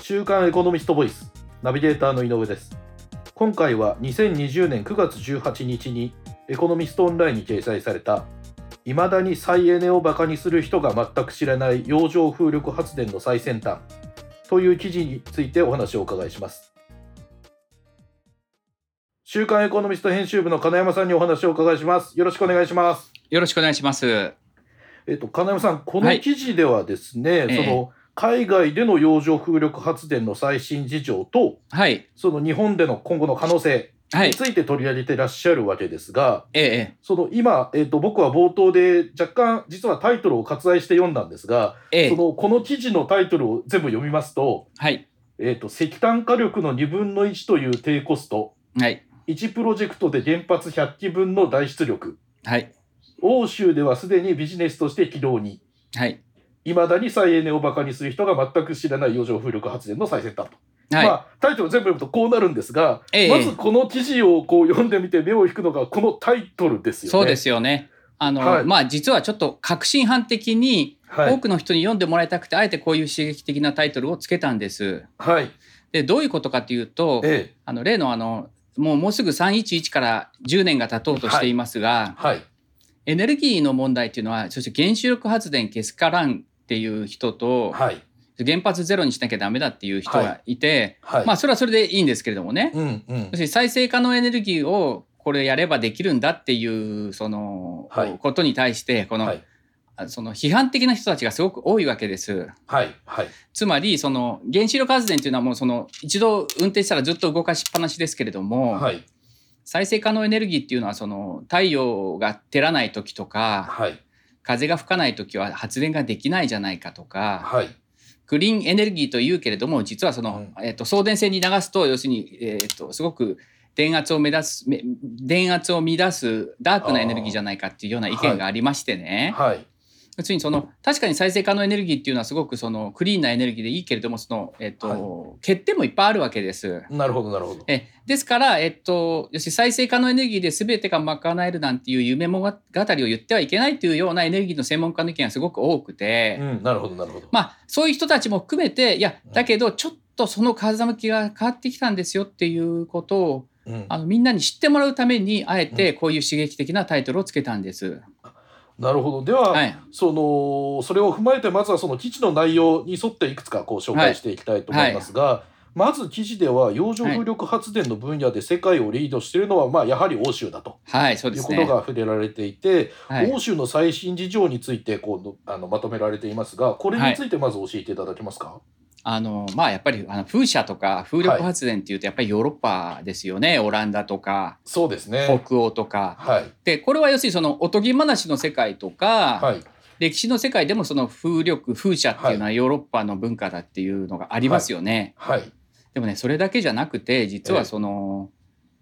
週刊エコノミストボイスナビゲーターの井上です今回は2020年9月18日にエコノミストオンラインに掲載された未だに再エネをバカにする人が全く知らない洋上風力発電の最先端という記事についてお話をお伺いします週刊エコノミスト編集部の金山さんにお話をお伺いしますよろしくお願いしますよろしくお願いします。えっと、金山さん、このはい記事ではですね、ええその海外での洋上風力発電の最新事情と、はい。その日本での今後の可能性はにい。ついて取り上げてらっしゃるわけですが、ええその今、えっと、僕は冒頭で若干、実はタイトルを割愛して読んだんですが、ええそ。のこの記事のタイトルを全部読みますと、はい。えっと、石炭火力の2分の1という低コスト、はい。 1プロジェクトで原発100基分の大出力、はい。欧州ではすでにビジネスとして起動に、はい。いまだに再エネをバカにする人が全く知らない洋上風力発電の最先端と、はい。まあ、タイトル全部読むとこうなるんですが、ええまずこの記事をこう読んでみて目を引くのがこのタイトルですよね。そうで、すよね。あの、はいまあ実はちょっと革新犯的には多いくの人に読んでもらいたくて、あえてこういう刺激的なタイトルをつけたんです。はいで、どういうことかというと、ええあの例のあの、もうもうすぐ311から10年が経とうとしていますが、はいエネルギーの問題というのは、そして原子力発電けすからんっていう人と、はい原発ゼロにしなきゃダメだっていう人はがいて、はい、まあそれはそれでいいんですけれどもね。うんうん要するに再生可能エネルギーをこれやればできるんだっていうその、はいことに対してこの、はいあその批判的な人たちがすごく多いわけです。はいはいつまりその原子力発電というのはもうその一度運転したらずっと動かしっぱなしですけれども、はい再生可能エネルギーっていうのはその太陽が照らない時とかはい風が吹かない時は発電ができないじゃないかとかはいグリーンエネルギーというけれども実はその、えっと送電線に流すと要するに、えっとすごく電圧を目指すめ電圧を乱すダークなエネルギーじゃないかっていうような意見がありましてね、はい要するにその確かに再生可能エネルギーっていうのはすごくそのクリーンなエネルギーでいいけれどもその、えっとはい欠点もいっぱいあるわけです。なるほどなるほどえですから、えっと、要するに再生可能エネルギーで全てが賄えるなんていう夢物語を言ってはいけないというようなエネルギーの専門家の意見がすごく多くて、うんなるほどなるほど、まあ、そういう人たちも含めて、いや、だけど、ちょっとその風向きが変わってきたんですよっていうことを、うんあのみんなに知ってもらうために、あえてこういう刺激的なタイトルをつけたんです。なるほどでは、はい。そのそれを踏まえてまずはその記事の内容に沿っていくつかこう紹介していきたいと思いますが、まず記事では洋上風力発電の分野で世界をリードしているのは、まあ、やはり欧州だとはい、そういでうすことね。が触れられていて、はい。欧州の最新事情についてこうのあのまとめられていますがこれについてまず教えていただけますか、あの、まあ、やっぱり、あの風車とか風力発電っていうと、やっぱりヨーロッパですよね。オランダとか、そうですね。北欧とか。はい、で、これは要するに、そのおとぎ話の世界とか、はい、歴史の世界でも、その風力、風車っていうのはヨーロッパの文化だっていうのがありますよね。はい、でもねそれだけじゃなくて実ええはその、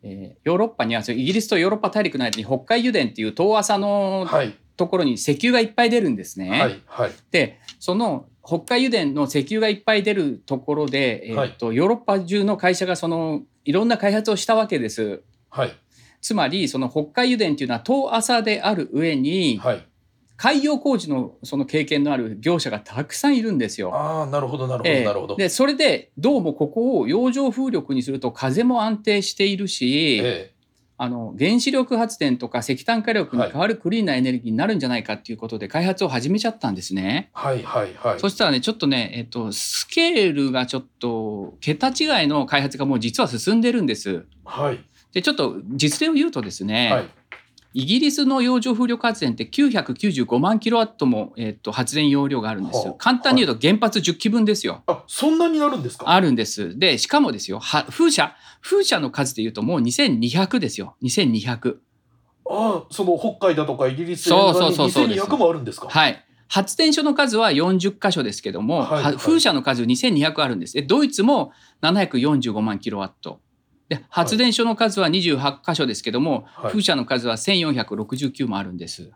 えーヨーロッパにはそうイギリスとヨーロッパ大陸の間に北海油田っていう遠浅のはい、ところに石油がいっぱい出るんですね。はい、はい、でその北海油田の石油がいっぱい出るところで、えーっとヨーロッパ中の会社がそのいろんな開発をしたわけです。はい、つまりその北海油田っていうのは遠浅である上にはい。海洋工事のその経験のある業者がたくさんいるんですよ。ああ、なるほど、なるほえど、えなるほど。でそれでどうもここを洋上風力にすると風も安定しているし、えあの原子力発電とか石炭火力に代わるクリーンなエネルギーになるんじゃないかっていうことで開発を始めちゃったんですね。はい、はい、はい。そしたらねちょっとね、えっと、スケールがちょっと桁違いの開発がもう実は進んでるんです。はい、でちょっと実例を言うとですね、はい、イギリスの洋上風力発電って995万キロワットも、えっと、発電容量があるんですはよあ。簡単に言うと原発10基分ですよ。あ、そんなになるんですか。あるんです。で、しかもですよ、は風車、風車の数で言うともう2200ですよ。2200。ああ、その北海だとかイギリスそうそうそうそう沿岸に2200もあるんですか。はい。発電所の数は40箇所ですけども、はいははい風車の数2200あるんです。で、ドイツも745万キロワット。で、発電所の数は28箇所ですけども、はい風車の数は1469もあるんです。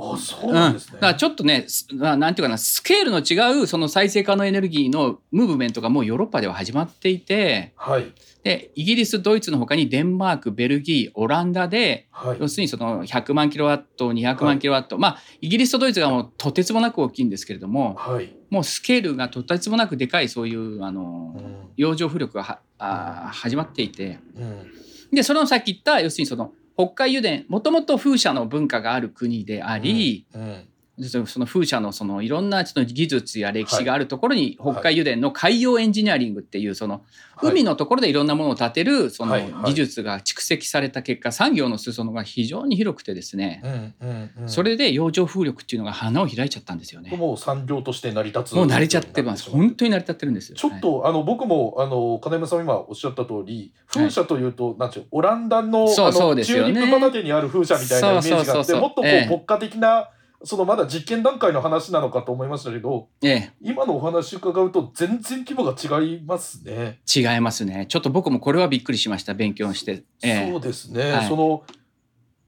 あそううん、なんですだね。からちょっとねすななんていうかなスケールの違うその再生可能エネルギーのムーブメントがもうヨーロッパでは始まっていてはいでイギリスドイツの他にデンマークベルギーオランダではい要するにその100万キロワット200は万いキロワット、まあイギリスとドイツがもうとてつもなく大きいんですけれどもはい。もうスケールがとてつもなくでかいそういうあのうん洋上風力がはあー始まっていてうんでそれをさっき言った要するにその北海油田もともと風車の文化がある国であり、うんそのその風車のそのいろんなその技術や歴史があるところに北海油田の海洋エンジニアリングっていうそのはい海のところでいろんなものを建てるそのはいはい技術が蓄積された結果産業の裾野が非常に広くてですねうんうんうんそれで洋上風力っていうのが花を開いちゃったんですよね。もう産業として成り立つ。もう慣れちゃってます。本当に成り立ってるんですよ。ちょっと、あの僕もあの金山さん今おっしゃった通り風車というと、なんていうのオランダのそうあのそうですよねチューリップ畑にある風車みたいなイメージがあそうそうっそうてそうもっとこう、ええ国家的なそのまだ実験段階の話なのかと思いましたけどはい、え今のお話伺うと全然規模が違いますね。え、違いますね。ちょっと僕もこれはびっくりしました。勉強して。ええそうですね、はいその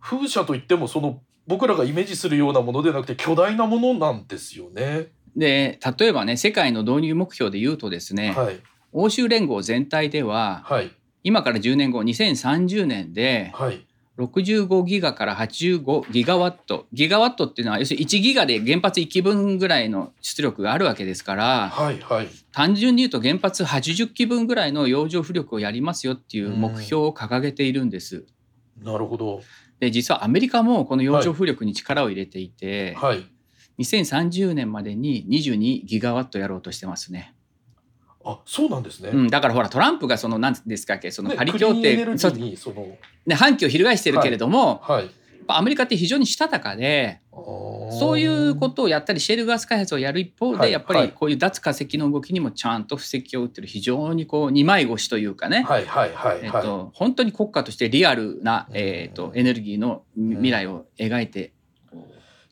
風車といってもその僕らがイメージするようなものでなくて巨大なものなんですよね。で例えばね世界の導入目標で言うとですね、はい欧州連合全体でははい今から10年後2030年ではい65ギガから85ギガワットギガワットっていうのは要するに1ギガで原発1基分ぐらいの出力があるわけですからはいはい。単純に言うと原発80基分ぐらいの洋上浮力をやりますよっていう目標を掲げているんです。なるほど。で実はアメリカもこの洋上風力に力を入れていて、はい。 2030年までに22ギガワットやろうとしてますね。あそうなんですね。うん、だからほらトランプがその何ですかっけそのねパリ協クリーンエ定ネルギそうーにそのね反旗を翻してるけれども、はいやっぱアメリカって非常にしたたかでそういうことをやったりシェルガス開発をやる一方で、はいやっぱはりいこういう脱化石の動きにもちゃんと布石を打ってる非常にこう二枚腰というかね、はいはいはいえっはい、と、本当に国家としてリアルな、うんえっとエネルギーの未来を描いて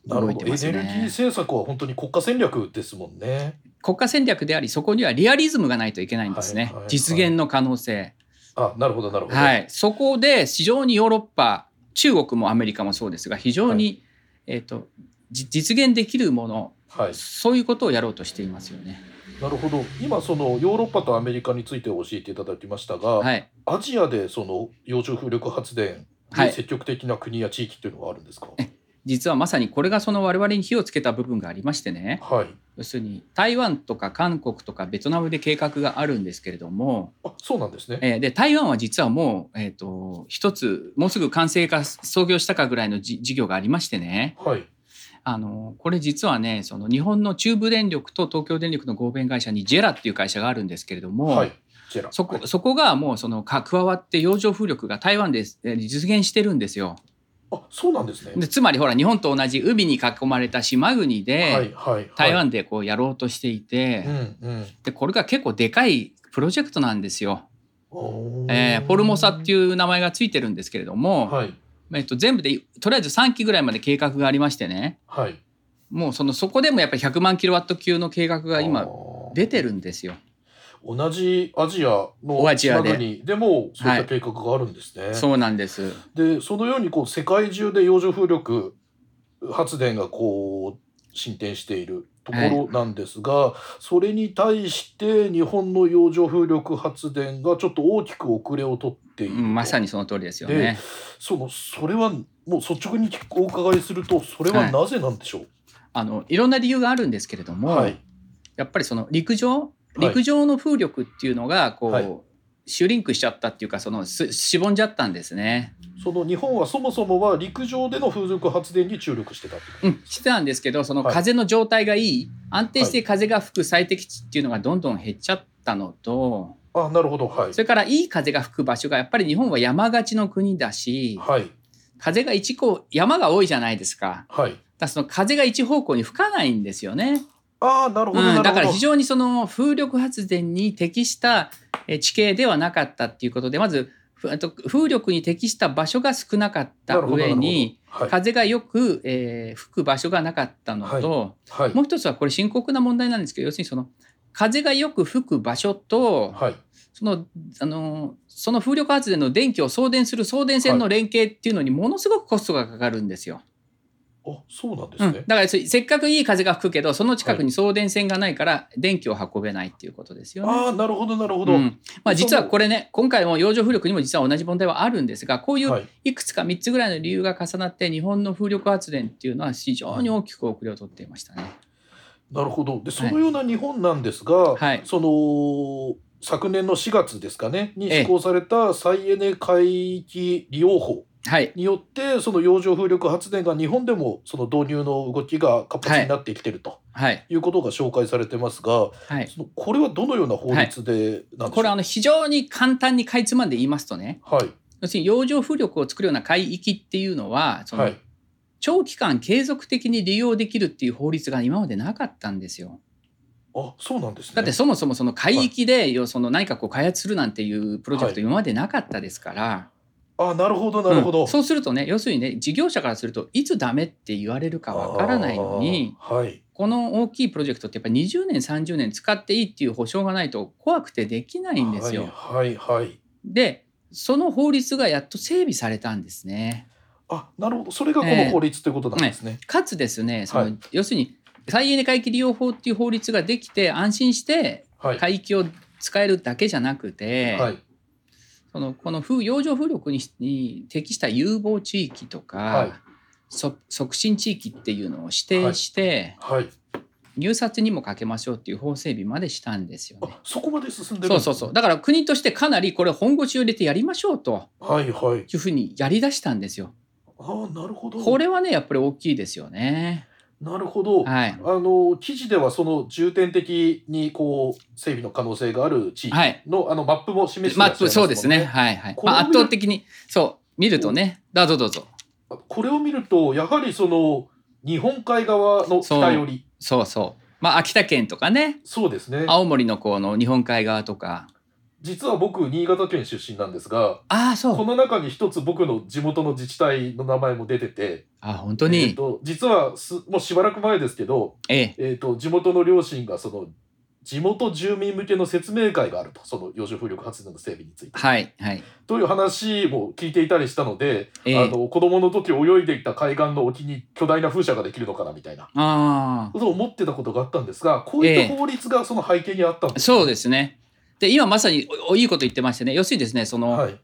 なる動ほいどてエネルまギすーね。政策は本当に国家戦略ですもんね。国家戦略でありそこにはリアリズムがないといけないんですね、はいはいはい実現の可能性。あなるほどなるほど。はい、そこで非常にヨーロッパ中国もアメリカもそうですが非常に、えー、とじ実現できるものはいそういうことをやろうとしていますよね。なるほど今そのヨーロッパとアメリカについて教えていただきましたが、はい、アジアでその洋上風力発電はにい積極的な国や地域っていうのはあるんですか、実はまさにこれがその我々に火をつけた部分がありましてねはい、要するに台湾とか韓国とかベトナムで計画があるんですけれども、あそうなんですね。えーで台湾は実はもう、えー、と一つもうすぐ完成か創業したかぐらいのじ事業がありましてねはいあのこれ実はねその日本の中部電力と東京電力の合弁会社にジェラっていう会社があるんですけれども、はいジェラそこそこがもうそのか加わって洋上風力が台湾でえー実現してるんですよ。あそうなんですね。でつまりほら日本と同じ海に囲まれた島国で、はいはい台湾でこうやろうとしていて、うんうんでこれが結構でかいプロジェクトなんですよ。おーえーフォルモサっていう名前がついてるんですけれども、はいえっと、全部でとりあえず3期ぐらいまで計画がありましてね。はいもうそのそこでもやっぱり100万キロワット級の計画があ今ー出てるんですよ。同じアジアのおアジアで島国でもそういった計画があるんですね。そうなんです。でそのようにこう世界中で洋上風力発電がこう進展しているところなんですが、それに対して日本の洋上風力発電がちょっと大きく遅れを取っているうと、んまさにその通りですよね。そのそれはもう率直にお伺いするとそれはなぜなんでしょう、あのいろんな理由があるんですけれども、はいやっぱりその陸上い陸上の風力っていうのがこう、はいシュリンクしちゃったっていうかそのすしぼんじゃったんですね。その日本はそもそもは陸上での風力発電に注力してたってことうん、してたんですけどそのはい風の状態がいい、安定して風が吹く最適地っていうのがどんどん減っちゃったのとあなるほどはいそれからいい風が吹く場所がやっぱり日本は山がちの国だし、はい風が一個山が多いじゃないですか。はいだからその風が一方向に吹かないんですよね。ああなるほど、なるうほどん、だから非常にその風力発電に適したえー地形ではなかったっていうことで、まずふあと風力に適した場所が少なかったなるほど上に、なるほどはい風がよく、えー吹く場所がなかったのと、はいもう一つはこれ深刻な問題なんですけど、要するにその風がよく吹く場所と、はいそのあのその風力発電の電気を送電する送電線の連携っていうのにものすごくコストがかかるんですよ。あそうなんでうすん、ねだ、からせせっかくいい風が吹くけどその近くに送電線がないから電気を運べないっていうことですよね。ああなるほどなるほど、うんまあ、実はこれね今回も洋上風力にも実は同じ問題はあるんですがこういうはい、いくつか3つぐらいの理由が重なって日本の風力発電っていうのは非常に大きく遅れを取っていましたね。なるほどでそのような日本なんですが、はいその昨年の4月ですかねにええ施行された再エネ海域利用法はい、によってその洋上風力発電が日本でもその導入の動きが活発になってきてるとはい、いうことが紹介されてますが、はい。そのこれはどのような法律でなんでしょうこれあの非常に簡単にかいつまんで言いますとねはい要するに洋上風力を作るような海域っていうのはそのはい長期間継続的に利用できるっていう法律が今までなかったんですよ。あそうなんですねだってそもそもその海域でよその何かこう開発するなんていうプロジェクトは今までなかったですから、あなるほどなるほど、うんそうするとね要するにね事業者からするといつダメって言われるかわからないのにあーはいこの大きいプロジェクトってやっぱ20年30年使っていいっていう保証がないと怖くてできないんですよ。はいはいはいでその法律がやっと整備されたんですね。あなるほどそれがこの法律ということなんですね、かつですねその、はい要するに再エネ海域利用法っていう法律ができて安心してはい海域を使えるだけじゃなくて、はいそのこの風洋上風力にに適した有望地域とか、はいそ促進地域っていうのを指定して、はい入札にもかけましょうっていう法整備までしたんですよね。あそこまで進んでるんでそうすそうそうだから国としてかなりこれ本腰を入れてやりましょうとはいはいいうふうにやりだしたんですよ。ああなるほどこれはねやっぱり大きいですよね。なるほど、はい、あの記事ではその重点的にこう整備の可能性がある地域はいの,、あのマップも示してマらっッしゃいプますもそんうですね。はいはいこ。れまをあ、見る圧倒的にそう見るとねだどうぞどうぞ。これを見るとやはりその日本海側の北寄りそうそう。まあ秋田県とかねそうですね青森のこの日本海側とか。実は僕新潟県出身なんですがああそうこ。の中に一つ僕の地元の自治体の名前も出てて、あ本当えにっ、と、実はすもうしばらく前ですけど、ええ、えっと地元の両親がその地元住民向けの説明会があるとその洋上風力発電の整備について。はいはい、という話も聞いていたりしたので、えあえ、の子供の時泳いでいた海岸の沖に巨大な風車ができるのかなみたいなあことを思ってたことがあったんですがこういった法律がその背景にあったんあです、そうですね。で今まさにおおいいこと言ってましてね要するにですねその、はい、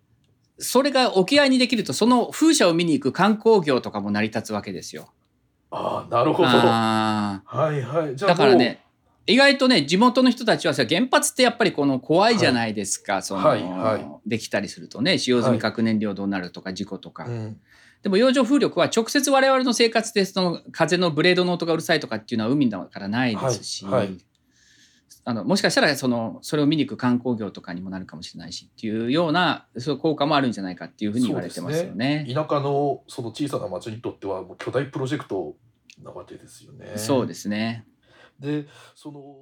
それが沖合にできるとその風車を見に行く観光業とかも成り立つわけですよ。ああなるほど。ああはいはい、じゃあだからね意外とね地元の人たちはさ原発ってやっぱりこの怖いじゃないですか、その、はいはできたりするとね使用済み核燃料どうなるとか事故とか、もううんでも洋上風力は直接我々の生活でその風のブレードの音がうるさいとかっていうのは海だからないですし、はいはいあのもしかしたらそのそれを見に行く観光業とかにもなるかもしれないしっていうようなそういう効果もあるんじゃないかっていうふうに言われてますよね。田舎のその小さな町にとってはもう巨大プロジェクトなわけですよね。そうですねでその